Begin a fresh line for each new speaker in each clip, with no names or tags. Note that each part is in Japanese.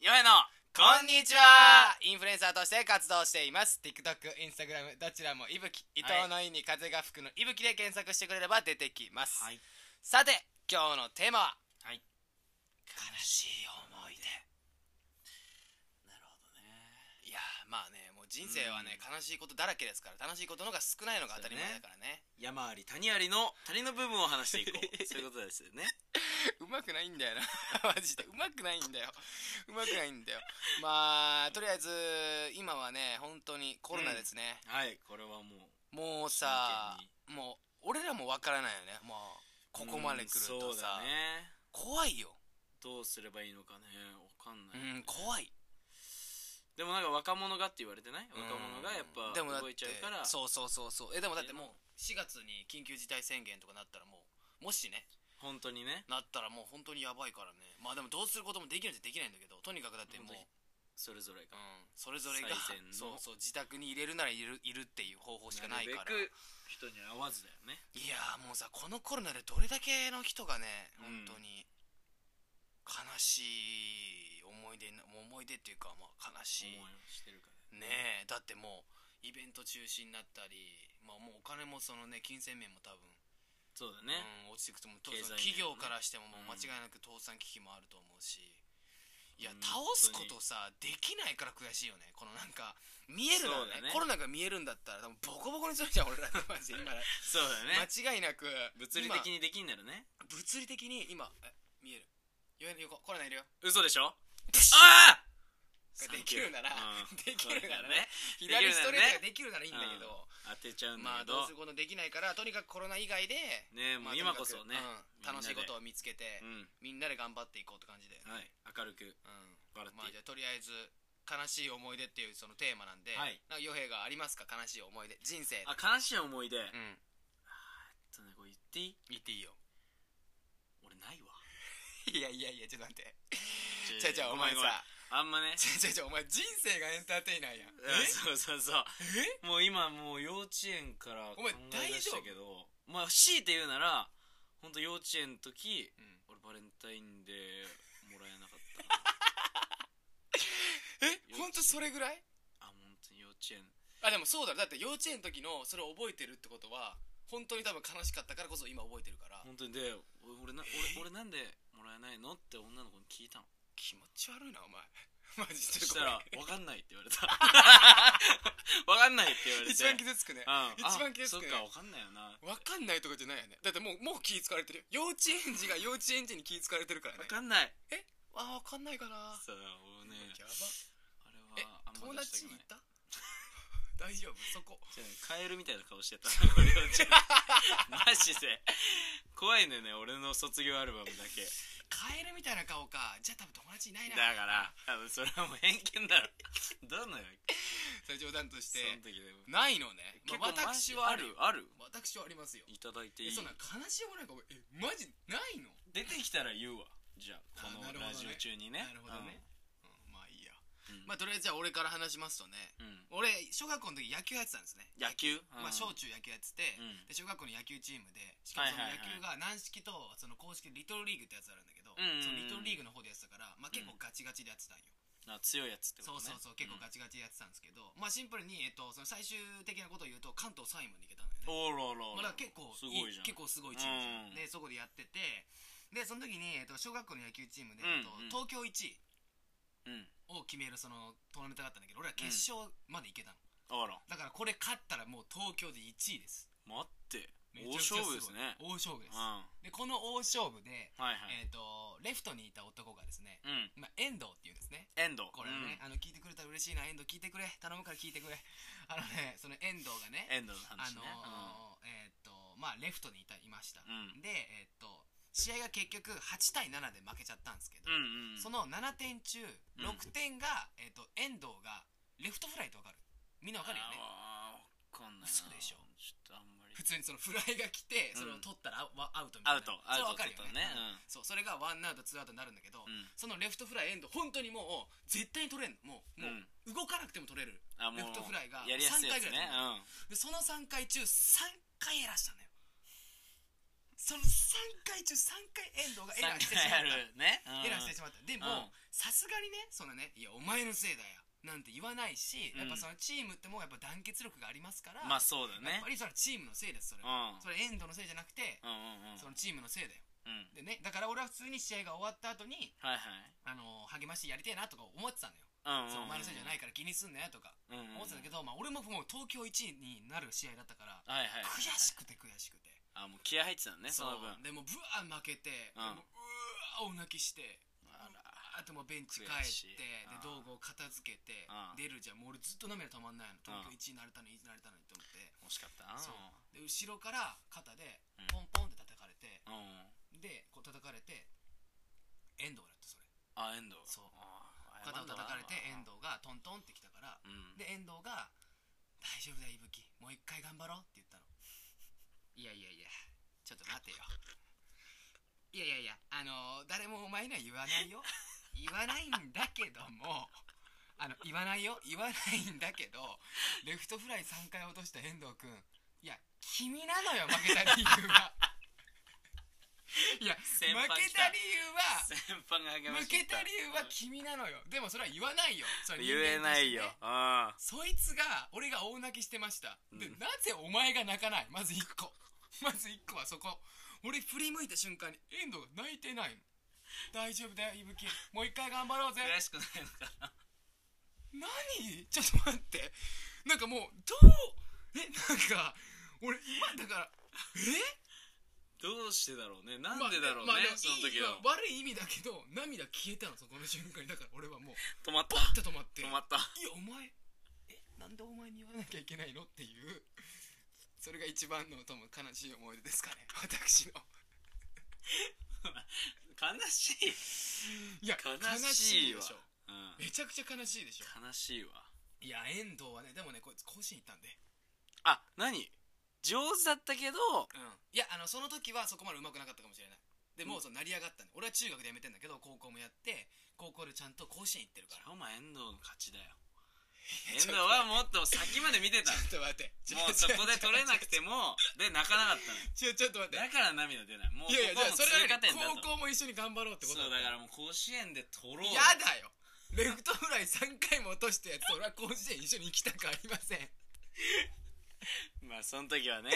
ヨヘの
こんにちはインフルエンサーとして活動しています TikTok、Instagram どちらもいぶき伊藤の意に風が吹くのいぶきで検索してくれれば出てきます、
はい
さて今日のテーマは
はい
悲しい思い出
なるほどね
いやーまあねもう人生はね、悲
う
しいことだらけですから楽しいことの方が少ないのが当たり前だからね
山あり谷ありの谷の部分を話してい こうそういうことですよね
うまくないんだよな マジでうまくないんだようまくないんだよまあとりあえず今はね本当にコロナですね、
はいこれはもう
もうさもう俺らもわからないよねもうここまで来る
う
と
んそうだ
さ、
ね
怖いよ
どうすればいいのかねわかんな
う
い、
ん怖い
でもなんか若者がって言われてない若者がや
う
っぱ
んでもだって
動いちゃうから
そうそうそうそうえでもだってもう4月に緊急事態宣言とかなったらもうもしね
本当にね
なったらもう本当にやばいからねまあでもどうすることもできるんじゃできないんだけどとにかくだってもう、
本当にそれぞれ
う
が
ん、それぞれが
最善の
そうそう自宅に入れるならいるいるっていう方法しかないから
なるべく人に会わずだよね
いやーもうさこのコロナでどれだけの人がね
うん
本当に悲しい思い出な思い出っていうかまあ悲しい
思いをしてるから
ねえだってもうイベント中止になったり、まあ、もうお金もそのね金銭面も多分、
そうだね、
うん、落ちてくともう
経済面
企業
もね
からしてももう
うん
間違いなく倒産危機もあると思うし、いや
うん
倒すことさできないから悔しいよねこのなんか見えるの
そうだ
ね
ね
コロナが見えるんだったら多分ボコボコにするじゃん 俺らマジで今
そうだね
間違いなく
物理的にできんならね
今物理的に今え見えるよ横コロナいるよ
嘘でしょああ
ができるなら、
う ん
できるならね
そうだね
左ストレートができるならいいんだけど、
当てちゃうんだ
まあ
け
どう
ど
することできないからとにかくコロナ以外で、
ねも
まあ
う今こそね
とにかくうん楽しいこと
を
を見つけて
うん
みんなで頑張っていこうって感じで、
はい明るく
う
笑
ん、まあ
って
じゃあとりあえず悲しい思い出っていうそのテーマなんで、
はい
なんか余平がありますか悲しい思い出人生
あ悲しい思い出
うん
そうねこれ言っていい
言っていいよ
俺ないわ
いやいやいやちょっと待ってちゃちゃお前
ごめん
さ
ごめんあんまね
ちゃちゃちゃお前人生がエンターテイナーやん
うんそうそうそうもう今もう幼稚園から
お
考
前
え出したけどまあ強いて言うなら本当幼稚園の時
え、うん
俺バレンタインでもらえなかった
え本当それぐらい
なあ本当に幼稚園
あでもそうだろだって幼稚園の時のそれを覚えてるってことは本当に多分悲しかったからこそ今覚えてるから
本当にでお俺な俺俺なんでもらえないのって女の子に聞いたの
気持ち悪いなお前マジ
そ
で
した ら
こ
「分かんない」って言われた「分かんない」って 言われ
れ
て
一番傷つくね
うん
一番傷つくね
あそっか分かんないよな
分かんないとかじゃないよねだってもうもう気使われてるよ幼稚園児が幼稚園児に気使われてるからね
分かんない
あ分かんないかな
そう俺ね
や
あれ
ば
は
え
あん
友
ま出し
達
た
い
くない
た大丈夫そこ
じゃあねカエルみたいな顔してた 俺幼稚園マジで怖いんだよね俺の卒業アルバムだけ
カエルみたいな顔かじゃあ多分友達いない
だ
な
からあのそれはもう偏見だろどうなのよ
それ冗談とし
そ
て
の時でも
ないのね、まあ、私はあるよ
ある
私はありますよ
いただいてい
え
い
そんな悲しいもなんかえマジないの
出てきたら言うわじゃあこ
あ
の
なるほどね
ラジオ中にね
なるほどね、うんまあいいや、
うん
まあとりあえずじゃあ俺から話しますとね
うんうん
俺小学校の時野球やってたんですね
野球
まあ、小
中
中野球やってて、
うん
で小学校の野球チームでしかもその
はいはい
野球が軟式とその公式リトルリーグってやつあるんだけど、
うんうんうん
そのリトルリーグの方でやってたから、まあ、結構ガチガチでやってたんよ、
強いやつってこ
そう
とね
そうそう結構ガチガチでやってたんですけど、まあシンプルに、えっと、その最終的なことを言うと関東3位まで行けたんだよね
おらら
まあ、だから結構
すごいじゃん
結構すごいチームじゃん、
うん
でそこでやっててでその時に、えっと、小学校の野球チームで、えっと
うんうん
東京1位
うん
を決めるそのトーナメントがあったんだけど俺は決勝まで行けたの、
あら
だからこれ勝ったらもう東京で1位です
待って
め
大
ちゃくちゃ
勝
ごい大勝負で
負ですねうん
す、
は
でこの大勝負で、
いは
えっ、
い
とレフトにいた男がですね、
うん
まあ、遠藤っていうんですね
エンド
これはね、あの聞いてくれたら嬉しいな遠藤聞いてくれ頼むから聞いてくれ あのねその遠藤がね
エンドの
あ
話
のー
ね
えっ、とまあレフトにいたいました、
うん
でえっ、と試合が結局8対7で負けちゃったんですけど
う、んうん
その7点中
うん
6点が、えっと遠藤がレフトフライってわかるみんなわかるよね
あーわかんないな
嘘でしょ
ちょっとあんまり
普通にそのフライが来てそれを取ったらアウアウトみたい
ア
な
ウトア
それ
ウト
は分かるよね
ちょっとね
そうそれがワンアウトツーアウトになるんだけど、
うん
そのレフトフライエンド本当にもう絶対に取れんのもう,、
うん
もう動かなくても取れる
あもう
レフトフライが
やりやすいやつ
3回ぐ
ね
らいででその3回中3回やらしたんだよ3その3回中3回遠藤がエラーしてしま
や
った
るね、うん
エラーしてしまったで
うん
もさすがにねそんなねいやお前のせいだよなんて言わないし、
うん
やっぱそのチームってもうやっぱ団結力がありますから、
まあそうだ
や
ね
っぱりそれはチームのせいですそれ
う
は、
ん
それ遠藤のせいじゃなくて、
うんうんうん
そのチームのせいだよ
うん
でねだから俺は普通に試合が終わった後に
はいはい
あのー励ましやりてえなとか思ってたのよ、
うんうん
そうのお前のせいじゃないいから気にすんなよとか
うんうん
思ってたんだけど、まあ、俺ももう東京1位になる試合だったから、
はいはい
悔しくて悔しくて、
あもう気合入ってたのねその分
うでもうブワー負けて、
うん
でもうわーお泣きして
あら
あともうベンチ帰
悔
っ
してい
で
うん
道具を片付けて
うん
出るじゃんもう俺ずっと涙止まんないの東
うん
京1位になれたのに1位になれたのにって思って
惜しかったな
そうで後ろから肩で
うん
ポンポンって叩かれて
うん
でこう叩かれて遠藤だってそれ
あ遠藤
そう
あ
肩を叩かれて遠
藤
藤がトントンってきたから
うん
で遠藤が「大丈夫だいぶきもう一回頑張ろう」って言ったのいやいやいやちょっと待てよいやいやいやあのー誰もお前には言わない よ言わないんだけどもあの言わないよ言わないんだけどレフトフライ3回落とした遠藤君いや君なのよ負けた理由 がいや負
先輩来た
けた理由は
先輩が励ま
負
して
け
き
た理由は君なのよでもそれは言わないよそれは人
言え
間と
な
してね
いようん
そいつが俺が大泣きしてました、で
うん
なぜお前が泣かないまず1個 まず1個はそこ俺振り向いた瞬間に遠藤が泣いてないの大丈夫だよいぶきもう一回頑張ろうぜ
悔しくないのかな
何ちょっと待ってなんかもうどうえなんか俺今だからえ
どうしてだろうねなんでだろう
まあ
ね
まあ
その時
いい
の
まあ悪い意味だけど涙消えたのそこの瞬間にだから俺はもう
止まった
ポッて止まって
止まった
いやお前えなんでお前に言わなきゃいけないのっていうそれが一番の多分悲しい思い出ですかね 私の
悲しい
いや
悲しいわ
でしょ
うん
めちゃくちゃ悲しいでしょ
悲しいわ
いや遠藤はねでもねこいつ甲子園行ったんで
あ何上手だったけど
うんいやあのその時はそこまでうまくなかったかもしれないでも
う
うその成り上がったんで俺は中学でやめてんだけど高校もやって高校でちゃんと甲子園行ってるから
お前遠藤の勝ちだよ
いやち
遠藤
ょっと
はもっと先まで見て た
ちょっと待って
もうそこで取れなくてもで泣かなかったの
ちょちょっと待って
だから涙出ないもう
いやいやじ
こ
ゃあ
こも
それ
通過点だ
は
と
高校も一緒に頑張ろうってこと
そう
った
だからもう甲子園で取ろう
やだよレフトフライ3回も落としてやつ俺は甲子園一緒に行きたくありません
まあその時はね、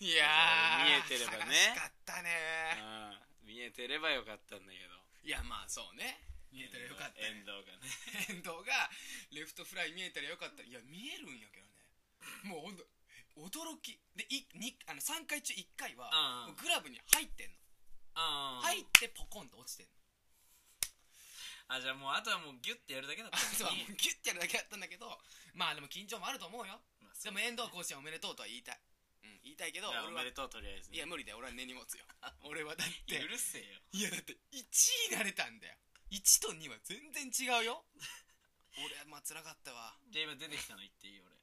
いやー
見えてればね
悲しかったね
うん、見えてればよかったんだけど
いやまあそうね見えたらよかった
遠
ね
藤がね
遠藤がレフトフライ見えたらよかったいや見えるんやけどねもうほんと驚きでいにあの3回中1回は
うん
もうグラブに入ってんの
あ
入ってポコンと落ちてんの
あじゃあもうあとはもうギュッてやるだけだった
あ とは
の
もう
に
ギュッてやるだけだったんだけどまあでも緊張もあると思うよ
まあそ
で
う
も遠藤甲子園おめでとうとは言いたい、うん、言いたいけど
いやお
俺は
めでとうとりあえず
いや無理だよ俺は根に持つよ 俺はだって
うるせえよ
いやだって1位になれたんだよ1と2は全然違うよ 俺はまあ辛かったわ
じゃあ今出てきたの言っていい俺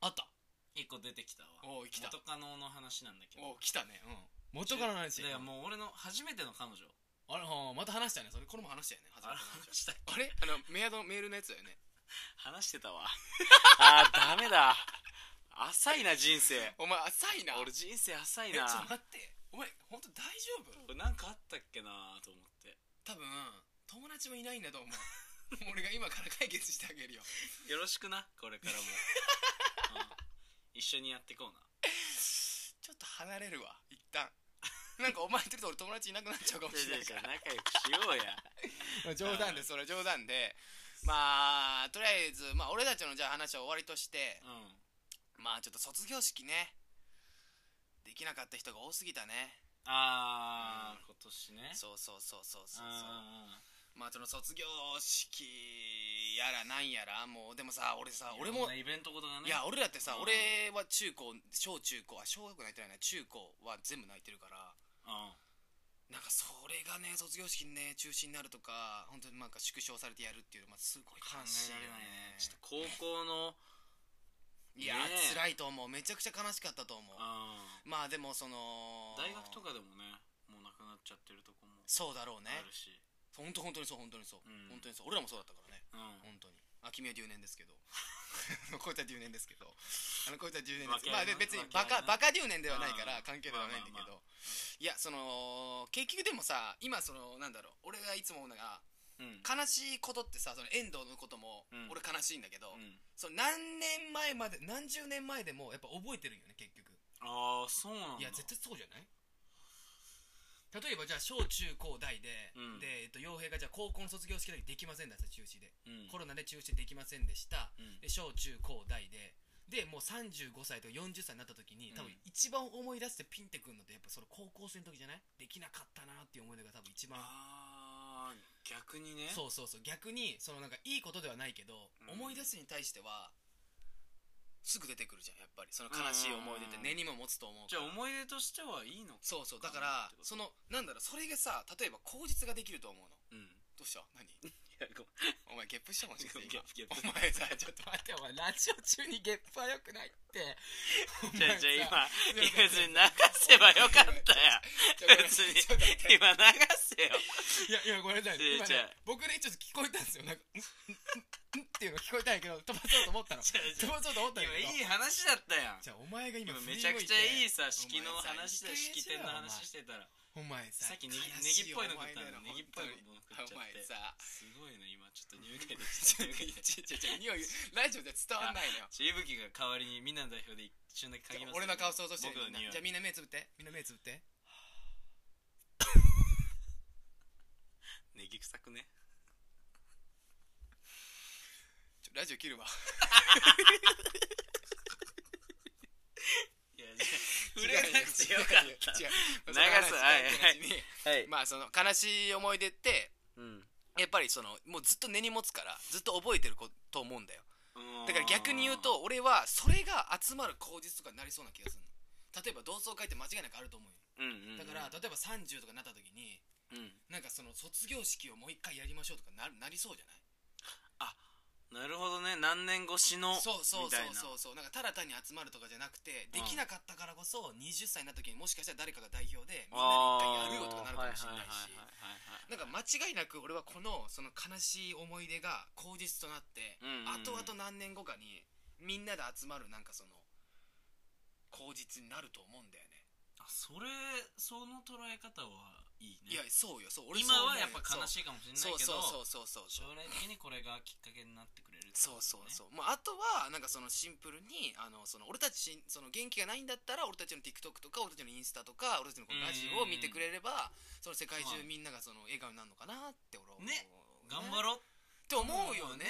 あった
一個出てきたわ
おお来た
元カノの話なんだけど
おお来たねうん元からの話
だからもう俺の初めての彼女
あれはまた話したねそれこれも話したよね初め
あ
ての
話したっけ
話あれあのメアドのメールのやつだよね
話して たわあーダメだ浅いな人生
お前浅いな
俺人生浅い
えちょ
な
っと待ってお前本当大丈夫
俺なんかあったっけなと思って
多分友達もいないんだと思う 俺が今から解決してあげるよ
よろしくなこれからも、うん一緒にやってこうな
ちょっと離れるわ一旦 なんかお前言ってると俺友達いなくなっちゃうかもしれないから
仲良くしようや
冗談ですそれは冗談でまあとりあえず、まあ、俺たちのじゃあ話は終わりとして
うん
まあちょっと卒業式ねできなかった人が多すぎたね
ああ、
うん
今年ね
そうそうそうそうそうそう
あ
まあその卒業式やらなんやらもうでもさ俺さ
ー
俺
いろ
も
んなイベントことがね
いや俺だってさ、
うん
俺は中高小中高あ小学校泣いてないな中高は全部泣いてるから
うん
なんかそれがね卒業式ね中止になるとか本当になんか縮小されてやるっていうのはすごい
考
悲しいよ
えられな
ね
いねちょっと高校の
いや
ね
ー
え
辛いと思うめちゃくちゃ悲しかったと思う
うん
まあでもその
大学とかでもねもうなくなっちゃってるとこも
そうだろうね
あるし、
本当本当にそう本当にそう、
うん
本当にそう俺らもそうだったからね
う
本
ん
当にあ君は留年ですけど こいつは留年ですけどあのこいつは留年
わ
です
け
ま
あ
あ
り
で
な
別に
わけ
バ
ありな
カバカ留年ではないか
う
ら
ん
関係ではないんだけど、
まあまあま
いやその結局でもさ今そのなんだろう俺がいつも思うのが
うん
悲しいことってさその遠藤のことも
うん
俺悲しいんだけど、
うん
その何年前まで何十年前でもやっぱ覚えてるんよね結局
ああそうなんだ
いや絶対そうじゃない例えばじゃあ小中高大で、
うん
で、えっと、洋平がじゃあ高校の卒業式だけできませんでした中止で、
うん
コロナで中止できませんでした
うん
で小中高大ででもう35歳とか40歳になった時に
うん
多分一番思い出してピンってくるのってやっぱその高校生の時じゃないできなかったなっていう思い出が多分一番
ああ逆にね
そうそうそう逆にそのなんかいいことではないけど、
うん
思い出すに対してはすぐ出てくるじゃんやっぱりその悲しい思い出って根にも持つと思う
じゃあ
から
思い出としてはいいのか
そうそうだから
ってこと
そのなんだろうそれがさ例えば口実ができると思うの
うんい
どうした何
やご
お前ゲップしたかもしれない
ゲップゲップ
お前さちょっと待ってお前ラジオ中にゲップはよくないって
めんじゃあじゃあ
お前
今い
さ
や別に流せばよかったや
ちょごめん
別に
ちょっと待って
今流せよ
いやいやごめんなさい今
いやじゃ
ね
あ
僕ねちょっと聞こえたんですよなんか「んんんんんっていうの聞こえたんやけど飛ばそうと思ったの
じゃあ
飛
じゃあ
ばそうと思ったんやけど
今いい話だったやん
じゃあお前が今
今
振
め
り
ちゃ
向
く
い
ち
て
ゃいいさ式の
お前さ
話だ式典の話してたら
お前さ
さっきネギ
悲
ネ
し
ギっぽいの食ったの
お前だよ
ネギっぽいの食っちゃ
お前
って
さ
すごいね今ちょっと入会でき
ち
た
ょっ
入
と
会
いや
できた
ちょちょちょ匂いラジオじゃ伝わんないのよ
ちいぶきが代わりにみんなの代表で一瞬だけ書きます
俺の顔想像して
僕の
みん
匂
ないじゃあみんな目つぶってみんな目つぶって
ネギ臭くね
ちょラジオ切るわ
いやじゃあ触れなくてよかった
違う違うそ
流す
の話
はいは
関係
い
なしに
はい
まあその悲しい思い出って
うん
やっぱりそのもうずっと根に持つからずっと覚えてること思うんだよだから逆に言うと俺はそれが集まる口実とかになりそうな気がするの例えば同窓会って間違いなくあると思うよ
うんうんうん
だから例えば30とかになった時に
うん
なんかその卒業式をもう一回やりましょうとかなるなりそうじゃない
なるほどね何年越しの
そうそう
みたいな
そうそうそうなんかただ単に集まるとかじゃなくてできなかったからこそ20歳になった時にもしかしたら誰かが代表でみんなで一回やるよとかなるかもしれないし
あーはい
な
はいはいはいはいはい
んか間違いなく俺はこのその悲しい思い出が口実となって、
うんうんうん
後々何年後かにみんなで集まるなんかその口実になると思うんだよね
あそれその捉え方はいい
い
ね
やそうよそう俺
今はやっぱ悲
い
しいかもしれない
そう
けど
そうそうそうそうそう
将来的にこれがきっかけになってくれるって
そう
ことね
そうそう、まあ、あとはなんかそのシンプルにあのその俺たちしその元気がないんだったら俺たちの TikTok とか俺たちのインスタとか俺たちのこのラジオを見てくれればその世界中みんながその笑顔になるのかなって俺は思う、
ね頑張
う
ろう
って思うよね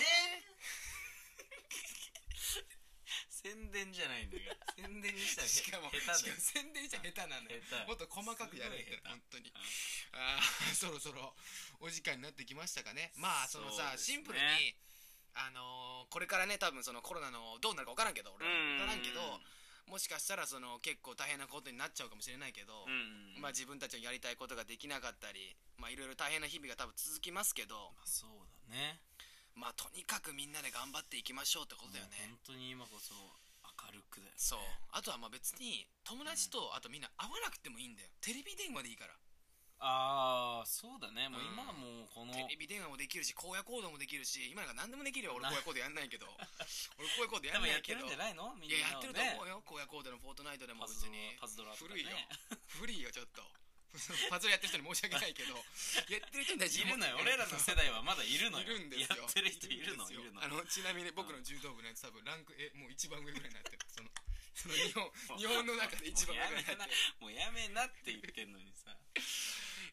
宣伝じゃないん だけど宣伝にしたら
しかも
へ
しか
下手だ
も
よ
宣 伝しちゃ下手なのよ
下手
もっと細かくやれ
す
て
ごい下手
本当 にあーそろそろお時間になってきましたか ねまあそのさ
そうですね
シンプルにあのーこれからね多分そのコロナのどうなるか分からんけど俺は分からんけどもしかしたらその結構大変なことになっちゃうかもしれないけど、
うん
まあ自分たちのやりたいことができなかったりまあいろいろ大変な日々が多分続きますけど
まあそうだね
まあとにかくみんなで頑張っていきましょうってことだよね、
もう本当に今こそ明るくだよね
そうあとはまあ別に友達と、あとみんな会わなくてもいいんだよテレビ電話でいいから
ああそうだね
う
もう
ん
今はもうこの
テレビ電話もできるし荒野行動もできるし今なんか何でもできるよ俺荒野行動やんない けど俺荒野行動やんない
多分やって
け
る
ど
んじゃないのみん
いやや
な
って
の
ると思う
ね
よ荒野行動のフォートナイトでも
パズ
別
ドラ
に
パズドラとか
古いよ
ね
古いよちょっと パズルやってる人に申し訳ないけど やってる人に対して
いるのよ俺らの世代はまだいるのよ
いるんですよ
やってる人いるのいる
んですよ
の
あのちなみに僕の柔道部のやつ多分ランクえもう一番上ぐらいになってるその その日本 日本の中で一番上ぐらいになってる
もうやめなもうやめなって言ってんのにさ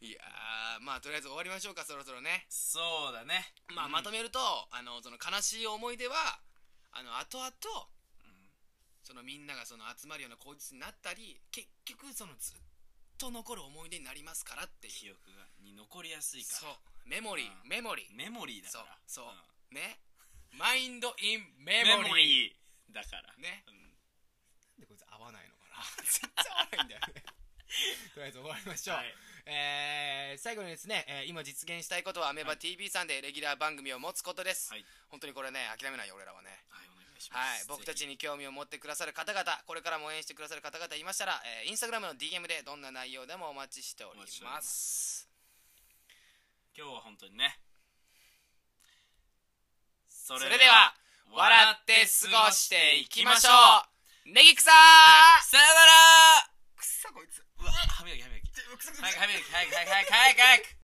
いやーまあとりあえず終わりましょうかそろそろね
そうだね
まあまとめると、あのその悲しい思い出はあの後々そのみんながその集まるような口実になったり結局そのずっと残る思い出になりますからっていう
記憶がに残りやすいか
そう
ら
メモリー
うん
メモリー
メモリーだ
そう
から
そうんねマインドインメ
メ
モリー
モリーだから
ね
うん
なんでこいつ合わないのかな 絶対合わないんだよね とりあえず終わりましょう、
はい
えー最後にですね、えー今実現したいことはアメバ TV さんでレギュラー番組を持つことです、
はい
本当にこれね諦めないよ俺らはね
はいお願いしま
は
す
い、僕たち
ぜ
に興味を持ってくださる方々これからも応援してくださる方々いましたら、えーインスタグラムの DM でどんな内容でもお待ちしており
お待ちしており
ま
ますひ今日は本当にねそ
それでは笑って過ごしていきましょうネギクサー
さよなら
くっさこいつ
うわ歯磨き歯磨き
くさくさく
早
さ
く
く
早く早く早く早く早く早く